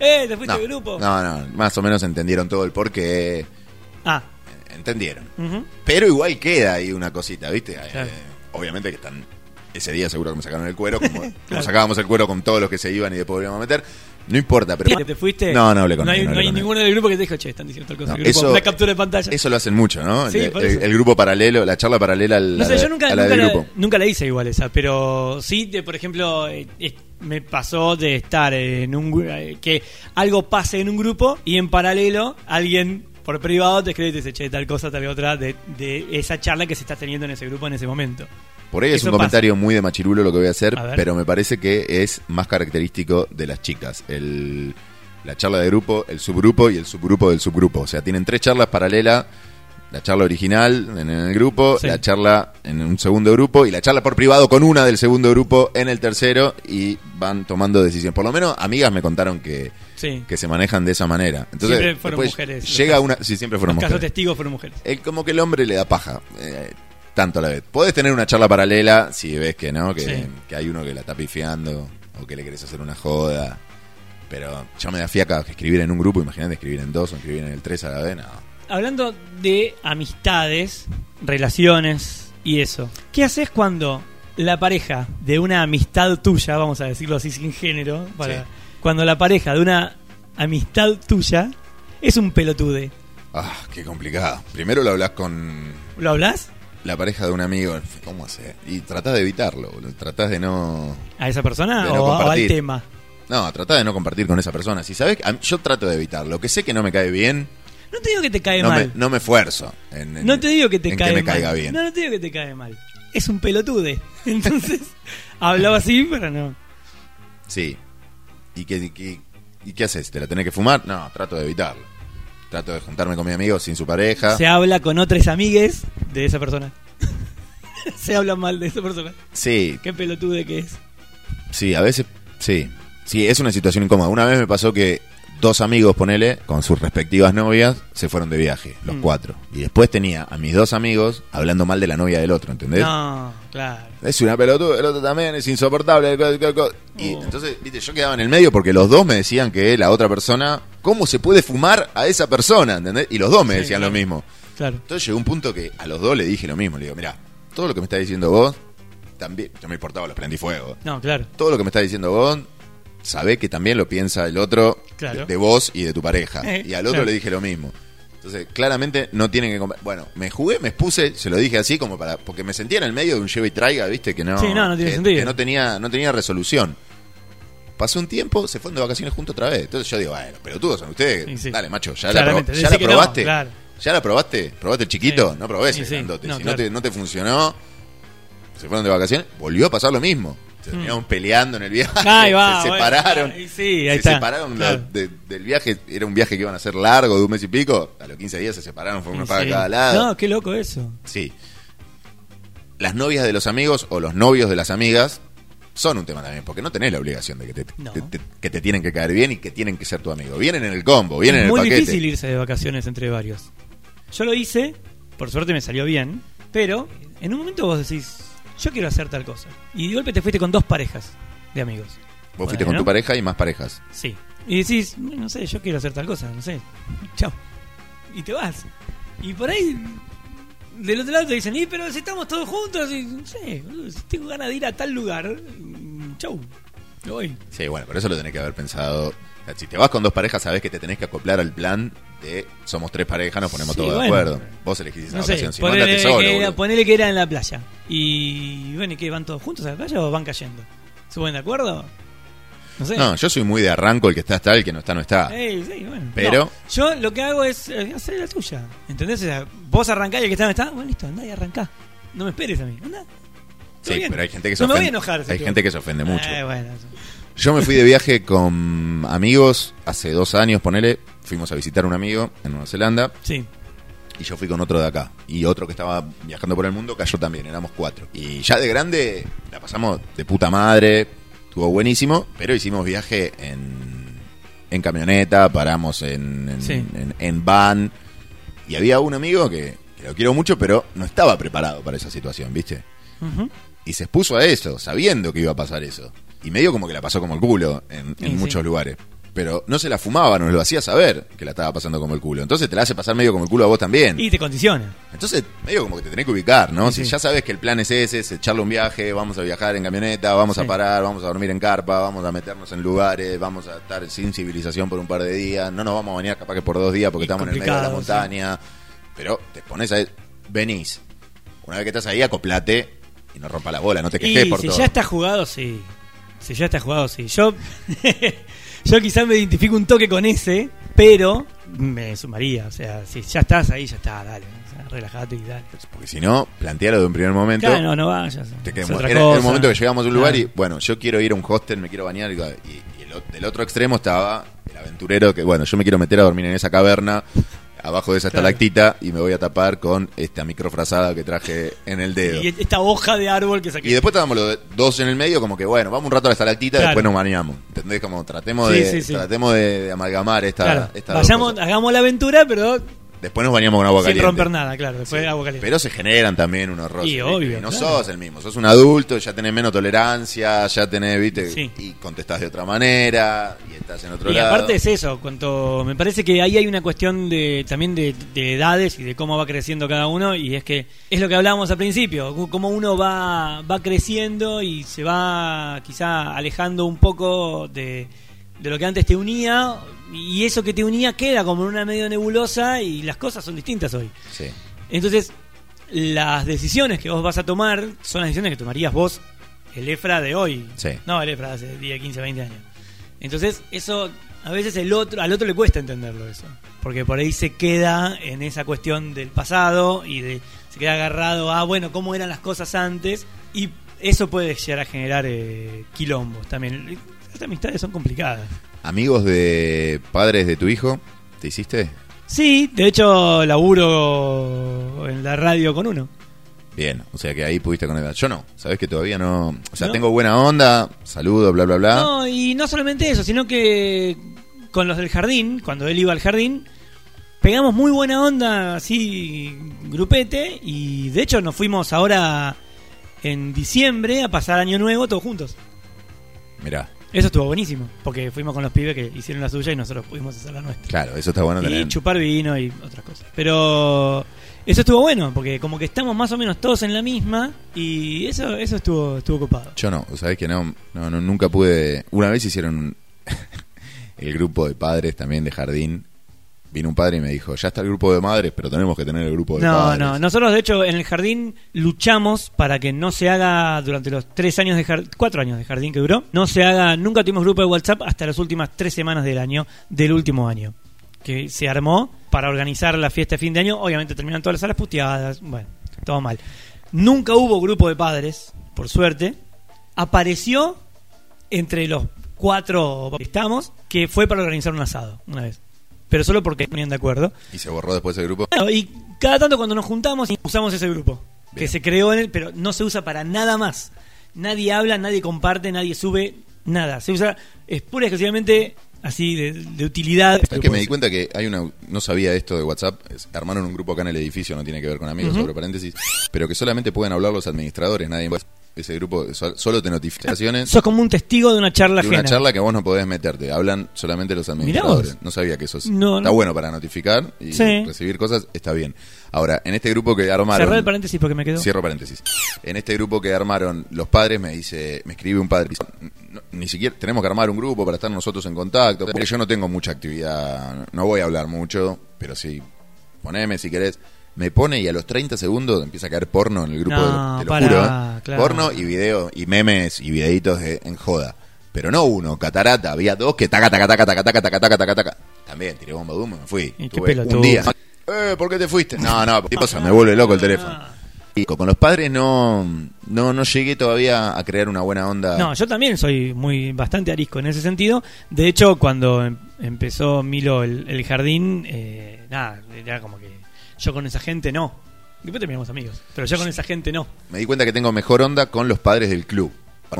S1: Eh, te fuiste
S4: No,
S1: del este grupo.
S4: no, no, más o menos entendieron todo el porqué.
S1: Ah,
S4: Entendieron.
S1: ujú.
S4: Pero igual queda ahí una cosita, ¿viste? Eh,
S1: Claro.
S4: obviamente que están. Ese día seguro que me sacaron el cuero, como, como
S1: Claro.
S4: sacábamos el cuero con todos los que se iban y después volvíamos a meter. No importa, pero.
S1: ¿Te fuiste?
S4: No, no hablé con
S1: No hay,
S4: nadie, no
S1: no
S4: hablé
S1: hay
S4: con nadie.
S1: ninguno del grupo que te dijo, che, están diciendo tal cosa.
S4: No,
S1: el grupo,
S4: eso-
S1: una captura de pantalla.
S4: Eso lo hacen mucho, ¿no?
S1: Sí,
S4: el,
S1: por
S4: el-
S1: eso.
S4: el grupo paralelo, la charla paralela a la,
S1: No sé,
S4: de-
S1: yo nunca,
S4: a la
S1: nunca,
S4: del
S1: la,
S4: grupo.
S1: nunca la hice igual esa, pero sí, de, por ejemplo, eh, eh, me pasó de estar en un gru- eh, que algo pase en un grupo y en paralelo alguien por privado te escribe y te dice, che, tal cosa, tal otra, de, de esa charla que se está teniendo en ese grupo en ese momento.
S4: Por ahí es
S1: Eso
S4: un
S1: pasa.
S4: comentario muy de machirulo lo que voy a hacer,
S1: A ver.
S4: pero me parece que es más característico de las chicas. El, la charla de grupo, el subgrupo y el subgrupo del subgrupo. O sea, tienen tres charlas paralelas. La charla original en el grupo,
S1: Sí.
S4: la charla en un segundo grupo y la charla por privado con una del segundo grupo en el tercero y van tomando decisiones. Por lo menos amigas me contaron que,
S1: Sí.
S4: que se manejan de esa manera. Entonces,
S1: Siempre fueron
S4: después
S1: mujeres, los
S4: Llega
S1: casos.
S4: una... Sí, siempre
S1: Los
S4: fueron
S1: casos
S4: mujeres.
S1: testigos fueron mujeres.
S4: Eh, como que el hombre le da paja. eh, tanto a la vez. Podés tener una charla paralela si ves que no, que,
S1: Sí.
S4: que hay uno que la está pifiando o que le querés hacer una joda. Pero yo me da fiaca que escribir en un grupo, imagínate escribir en dos o escribir en el tres a la vez, no.
S1: Hablando de amistades, relaciones y eso, ¿qué haces cuando la pareja de una amistad tuya, vamos a decirlo así sin género, para-
S4: Sí.
S1: cuando la pareja de una amistad tuya es un pelotude?
S4: Ah, qué complicado. Primero lo hablas con
S1: ¿Lo hablas
S4: la pareja de un amigo, ¿cómo hacer? Y tratás de evitarlo, boludo. tratás de no...
S1: a esa persona
S4: De
S1: o,
S4: no
S1: o al
S4: compartir.
S1: tema?
S4: No, tratás de no compartir con esa persona. Si sabes, yo trato de evitarlo, que sé que no me cae bien,
S1: No te digo que te cae
S4: no me,
S1: mal.
S4: no me esfuerzo. en- en-
S1: no te digo que te
S4: en
S1: cae
S4: que me
S1: mal.
S4: caiga bien.
S1: No, no te digo que te cae mal. Es un pelotude. Entonces, hablaba así, pero no.
S4: Sí. ¿Y qué, y qué- y qué haces? ¿Te la tenés que fumar? No, trato de evitarlo. Trato de juntarme con mi amigo sin su pareja.
S1: Se habla con otras amigues de esa persona. Se habla mal de esa persona.
S4: Sí,
S1: Qué pelotude que es.
S4: sí, a veces sí. Sí, es una situación incómoda. Una vez me pasó que dos amigos, ponele, con sus respectivas novias, se fueron de viaje, los
S1: Mm.
S4: cuatro. Y después tenía a mis dos amigos hablando mal de la novia del otro, ¿entendés?
S1: No, claro.
S4: Es una pelotuda, el otro también es insoportable. co- co- co- Y
S1: Oh.
S4: entonces, viste, yo quedaba en el medio porque los dos me decían que la otra persona, ¿cómo se puede fumar a esa persona? ¿Entendés? Y los dos me
S1: Sí,
S4: decían lo
S1: claro.
S4: mismo.
S1: Claro.
S4: Entonces llegó un punto que a los dos le dije lo mismo. Le digo, mira, todo lo que me estás diciendo vos, también, yo me importaba los prendifuegos.
S1: No, claro.
S4: Todo lo que me estás diciendo vos, sabés que también lo piensa el otro
S1: Claro.
S4: de, de vos y de tu pareja.
S1: Eh,
S4: y al otro
S1: claro.
S4: le dije lo mismo. Entonces, claramente no tienen que... compa- Bueno, me jugué, me expuse, se lo dije así como para... Porque me sentía en el medio de un lleve y traiga, viste, que no...
S1: Sí, no, no tiene
S4: que-
S1: sentido.
S4: que no tenía, no tenía resolución. Pasó un tiempo, se fueron de vacaciones juntos otra vez. Entonces yo digo, bueno, pelotudos son ustedes.
S1: Y sí.
S4: Dale, macho, ya la,
S1: Claramente,
S4: proba- ya la
S1: decí que no,
S4: probaste.
S1: claro.
S4: ¿Ya la probaste? ¿Probaste el chiquito?
S1: Sí.
S4: No probé
S1: Y
S4: ese
S1: sí.
S4: grandote.
S1: No,
S4: si
S1: claro.
S4: no, te, no te funcionó, se fueron de vacaciones, volvió a pasar lo mismo. Se terminaron peleando en el viaje,
S1: Mm. Ahí va,
S4: se
S1: bueno,
S4: separaron.
S1: ahí sí,
S4: se
S1: ahí está,
S4: separaron
S1: claro.
S4: la- de- del viaje, era un viaje que iban a ser largo, de un mes y pico. A los 15 días se separaron, fue una
S1: Y
S4: paga
S1: sí.
S4: a cada lado.
S1: No, qué loco eso.
S4: Sí. Las novias de los amigos o los novios de las amigas son un tema también, porque no tenés la obligación de que te,
S1: No.
S4: te- te- que te tienen que caer bien y que tienen que ser tu amigo. Vienen en el combo, vienen en el
S1: Muy
S4: paquete.
S1: difícil irse de vacaciones entre varios. Yo lo hice, por suerte me salió bien, pero en un momento vos decís, yo quiero hacer tal cosa. Y de golpe te fuiste con dos parejas de amigos.
S4: Vos fuiste
S1: Bueno,
S4: con tu pareja y más parejas.
S1: Sí. Y decís, "Bueno, no sé, yo quiero hacer tal cosa, no sé. Chao. Y te vas. Y por ahí, del otro lado te dicen, y pero si estamos todos juntos, y, no sé, boludo, si tengo ganas de ir a tal lugar, mm, chau. Me voy.
S4: Sí, bueno, pero eso lo tenés que haber pensado. O sea, Si te vas con dos parejas, sabés que te tenés que acoplar al plan de somos tres parejas, nos ponemos
S1: Sí,
S4: todos de
S1: bueno.
S4: acuerdo. Vos elegís esa
S1: No sé,
S4: ocasión, si no
S1: ponele
S4: andate solo.
S1: que, era,
S4: boludo.
S1: ponele que era en la playa. Y bueno, ¿y qué? ¿Van todos juntos a la playa o van cayendo? ¿Se ponen de acuerdo? No sé.
S4: No, yo soy muy de arranco, el que está está, el que no está no está.
S1: Ey, sí, bueno.
S4: Ah. Pero-
S1: No, yo lo que hago es eh, hacer la tuya. ¿Entendés? O sea, vos arrancás y el que está no está. Bueno, listo, andá y arrancá. No me esperes a mí. Andá.
S4: Sí, pero hay gente que se
S1: no me voy
S4: ofende.
S1: a enojar.
S4: hay gente que se ofende mucho.
S1: Eh, bueno,
S4: Yo me fui de viaje con amigos hace dos años, ponele. Fuimos a visitar a un amigo en Nueva Zelanda
S1: sí.
S4: y yo fui con otro de acá. Y otro que estaba viajando por el mundo cayó también, éramos cuatro. Y ya de grande la pasamos de puta madre, estuvo buenísimo, pero hicimos viaje en, en camioneta, paramos en, en,
S1: Sí.
S4: en- en van. Y había un amigo que, que lo quiero mucho, pero no estaba preparado para esa situación, ¿viste?
S1: Ujú.
S4: Y se expuso a eso, sabiendo que iba a pasar eso. Y medio como que la pasó como el culo en, en
S1: Y sí.
S4: muchos lugares. Pero no se la fumaba, nos lo hacía saber que la estaba pasando como el culo. Entonces te la hace pasar medio como el culo a vos también.
S1: Y te condiciona.
S4: Entonces, medio como que te tenés que ubicar, ¿no?
S1: Sí,
S4: Si
S1: sí.
S4: ya sabes que el plan es ese, es echarle un viaje, vamos a viajar en camioneta, vamos a
S1: Sí.
S4: parar, vamos a dormir en carpa, vamos a meternos en lugares, vamos a estar sin civilización por un par de días, no nos vamos a bañar capaz que por dos días porque
S1: Y
S4: estamos en el medio de la
S1: complicado,
S4: montaña. Pero te pones a... Venís. Una vez que estás ahí, acoplate y no rompa la bola, no te quejes
S1: Y
S4: por
S1: si
S4: todo.
S1: ya está jugado, sí. Si ya está jugado, sí. Yo, yo quizás me identifico un toque con ese, pero me sumaría. O sea, si ya estás ahí, ya está, dale. O sea, relajate y dale.
S4: Porque si no, plantealo de un primer momento.
S1: Claro, no, no vayas.
S4: Te
S1: es
S4: quedé mu-
S1: otra
S4: era, era el
S1: cosa.
S4: momento que llegamos a un
S1: Claro.
S4: lugar y, bueno, yo quiero ir a un hostel, me quiero bañar. Y, y- y el o- del otro extremo estaba el aventurero que, bueno, yo me quiero meter a dormir en esa caverna, abajo de esa
S1: Claro.
S4: estalactita, y me voy a tapar con esta microfrazada que traje en el dedo.
S1: Y esta hoja de árbol que saqué.
S4: Y después estábamos los dos en el medio, como que, bueno, vamos un rato a la estalactita,
S1: Claro.
S4: después nos bañamos. ¿Entendés? Como tratemos,
S1: Sí,
S4: de,
S1: sí, sí.
S4: tratemos de, de amalgamar esta.
S1: Claro,
S4: estas dos
S1: vayamos,
S4: cosas.
S1: hagamos la aventura, pero
S4: Después nos bañamos con agua
S1: sin
S4: caliente.
S1: romper nada, claro. Después
S4: Sí,
S1: agua caliente.
S4: Pero se generan también unos roces.
S1: Y
S4: ¿viste?
S1: obvio,
S4: Y no
S1: claro.
S4: sos el mismo, sos un adulto, ya tenés menos tolerancia, ya tenés, viste,
S1: Sí.
S4: y contestás de otra manera, y estás en otro
S1: y
S4: lado.
S1: aparte es eso, cuanto me parece que ahí hay una cuestión de también de, de edades y de cómo va creciendo cada uno y es que es lo que hablábamos al principio, cu- cómo uno va va creciendo y se va quizá alejando un poco de, de lo que antes te unía y eso que te unía queda como en una medio nebulosa y las cosas son distintas hoy.
S4: Sí.
S1: Entonces, las decisiones que vos vas a tomar son las decisiones que tomarías vos, el EFRA de hoy.
S4: Sí.
S1: No, el EFRA de hace 10, 15, 20 años. Entonces, eso a veces el otro, al otro le cuesta entenderlo eso. Porque por ahí se queda en esa cuestión del pasado y de, se queda agarrado a, bueno, cómo eran las cosas antes. Y eso puede llegar a generar eh, quilombos también. Estas amistades son complicadas.
S4: Amigos de padres de tu hijo, ¿te hiciste?
S1: Sí, de hecho, laburo en la radio con uno.
S4: Bien, o sea que ahí pudiste conectar. Yo no, sabés que todavía no. O sea, Ah.
S1: No.
S4: tengo buena onda, saludo, bla, bla, bla.
S1: No, y no solamente eso, sino que con los del jardín, cuando él iba al jardín, pegamos muy buena onda, así, grupete, y de hecho nos fuimos ahora en diciembre a pasar Año Nuevo todos juntos.
S4: Mirá,
S1: Eso estuvo buenísimo, porque fuimos con los pibes que hicieron la suya y nosotros pudimos hacer la nuestra.
S4: claro, eso está bueno
S1: Y
S4: tener.
S1: chupar vino y otras cosas. Pero eso estuvo bueno, porque como que estamos más o menos todos en la misma, y eso, eso estuvo, estuvo copado.
S4: Yo no, sabés que no, no, no, nunca pude. Una vez hicieron un- el grupo de padres también de jardín. Vino un padre y me dijo, ya está el grupo de madres, pero tenemos que tener el grupo de
S1: No,
S4: padres.
S1: no, nosotros de hecho en el jardín luchamos para que no se haga durante los tres años de jardín, cuatro años de jardín que duró, no se haga, nunca tuvimos grupo de WhatsApp hasta las últimas tres semanas del año, del último año, que se armó para organizar la fiesta de fin de año, obviamente terminan todas las salas puteadas, bueno, todo mal. Nunca hubo grupo de padres, por suerte, apareció entre los cuatro que estamos, que fue para organizar un asado, una vez. Pero solo porque ponían de acuerdo.
S4: Y se borró después el grupo.
S1: Claro, y cada tanto cuando nos juntamos usamos ese grupo que se creó en él, pero no se usa para nada más. Nadie habla, nadie comparte, nadie sube, nada. Se usa es pura y exclusivamente así de, de utilidad.
S4: Es que me di cuenta que hay una. No sabía esto de WhatsApp. es- armaron un grupo acá en el edificio, no tiene que ver con amigos, sobre paréntesis. Pero que solamente pueden hablar los administradores, nadie más. Ese grupo sol- solo te notificaciones
S1: Sos como un testigo de una charla
S4: de una
S1: ajena.
S4: charla que vos no podés meterte. Hablan solamente los administradores.
S1: vos.
S4: No sabía que eso es-
S1: No,
S4: está
S1: no.
S4: bueno para notificar y
S1: Sí.
S4: recibir cosas, está bien. Ahora, en este grupo que armaron.
S1: Cerré el paréntesis porque me quedó.
S4: Cierro paréntesis. En este grupo que armaron los padres me dice, me escribe un padre, dice, "No, ni siquiera tenemos que armar un grupo para estar nosotros en contacto, porque yo no tengo mucha actividad, no voy a hablar mucho, pero sí, poneme si querés. Me pone y a los 30 segundos empieza a caer porno en el grupo,
S1: No,
S4: te lo
S1: pará,
S4: juro, ¿eh?
S1: claro.
S4: Porno y video y memes y videitos de- en joda. Pero no uno, catarata, había dos que taca, taca, taca, taca, taca, taca, taca, taca, taca. También tiré bomba boom y me fui.
S1: Y qué
S4: Tuve
S1: pelotudo.
S4: un día. Eh, ¿por qué te fuiste? No, no, ¿qué pasa? Me vuelve loco el teléfono. Y con los padres no, no, no llegué todavía a crear una buena onda.
S1: No, yo también soy muy bastante arisco en ese sentido. De hecho, cuando em- empezó Milo el, el jardín, eh, nada, era como que yo con esa gente no. Después terminamos amigos, pero yo con esa gente no.
S4: Me di cuenta que tengo mejor onda con los padres del club.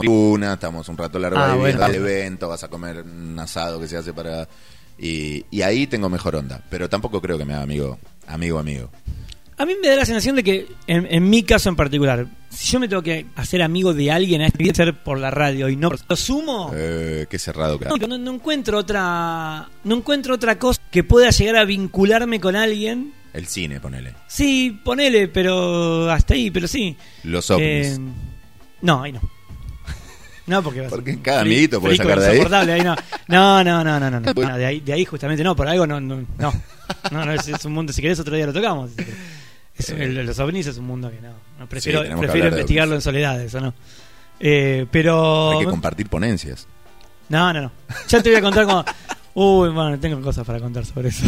S4: Una, estamos un rato largo
S1: Ah,
S4: ahí viendo
S1: bueno.
S4: el evento, vas a comer un asado que se hace para... Y, y ahí tengo mejor onda, pero tampoco creo que me haga amigo, amigo, amigo.
S1: A mí me da la sensación de que, en, en mi caso en particular, si yo me tengo que hacer amigo de alguien, a este tiene que ser por la radio y no por... Lo sumo,
S4: Eh, qué cerrado que...
S1: Oh. no, no- no encuentro otra no encuentro otra cosa que pueda llegar a vincularme con alguien.
S4: El cine, ponele.
S1: Sí, ponele, pero hasta ahí, pero sí.
S4: Los ovnis.
S1: Eh, no, ahí no. No, porque vas a-
S4: Porque cada
S1: fri-
S4: amiguito podés
S1: frico,
S4: sacar de ahí.
S1: insoportable, ahí no. No, no, no, no, no, no. No, de, ahí, de ahí justamente no, por algo no. No, no, No, no, es, es un mundo, si querés otro día lo tocamos. Es- el- los ovnis es un mundo que no. no, prefiero
S4: tenemos que
S1: prefiero
S4: hablar de
S1: investigarlo en soledad, eso no. Eh, pero.
S4: Hay que compartir ponencias.
S1: No, no, no. Ya te voy a contar como. Uy, bueno, tengo cosas para contar sobre eso.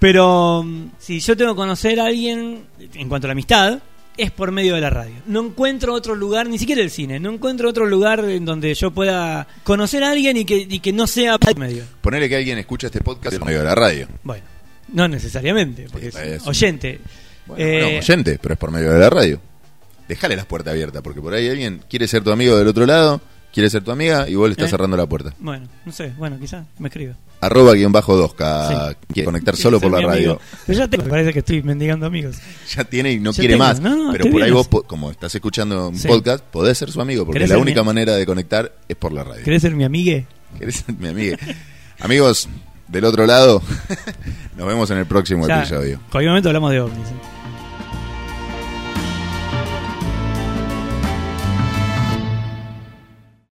S1: Pero mm, si yo tengo que conocer a alguien en cuanto a la amistad, es por medio de la radio. No encuentro otro lugar, ni siquiera el cine, no encuentro otro lugar en donde yo pueda conocer a alguien y que, y que no sea por medio.
S4: Ponele que alguien escucha este podcast por medio de la radio.
S1: Bueno, no necesariamente, porque
S4: Sí,
S1: es
S4: es-
S1: oyente.
S4: Bueno,
S1: Eh,
S4: no, oyente, pero es por medio de la radio. Déjale las puertas abiertas, porque por ahí alguien quiere ser tu amigo del otro lado, quiere ser tu amiga y vos le estás
S1: ¿Eh?
S4: cerrando la puerta.
S1: bueno, no sé, bueno, quizás me escriba.
S4: Arroba guión bajo 2K.
S1: Sí.
S4: Quiere conectar solo por
S1: Quiere
S4: la
S1: ser mi
S4: radio.
S1: amigo. Pero ya te parece que estoy mendigando amigos.
S4: Ya tiene y no
S1: Ya
S4: quiere
S1: tengo.
S4: más.
S1: No, no,
S4: pero
S1: qué
S4: por
S1: bien
S4: ahí vos,
S1: es.
S4: po- como estás escuchando un
S1: Sí.
S4: podcast, podés ser su amigo, porque
S1: ¿Querés
S4: la
S1: ser
S4: única
S1: mi-
S4: manera de conectar es por la radio.
S1: ¿Querés ser mi amigue?
S4: ¿Querés ser mi amiga? Amigos, del otro lado, nos vemos en el próximo
S1: Ya,
S4: episodio.
S1: cualquier momento hablamos de ovnis. ¿eh?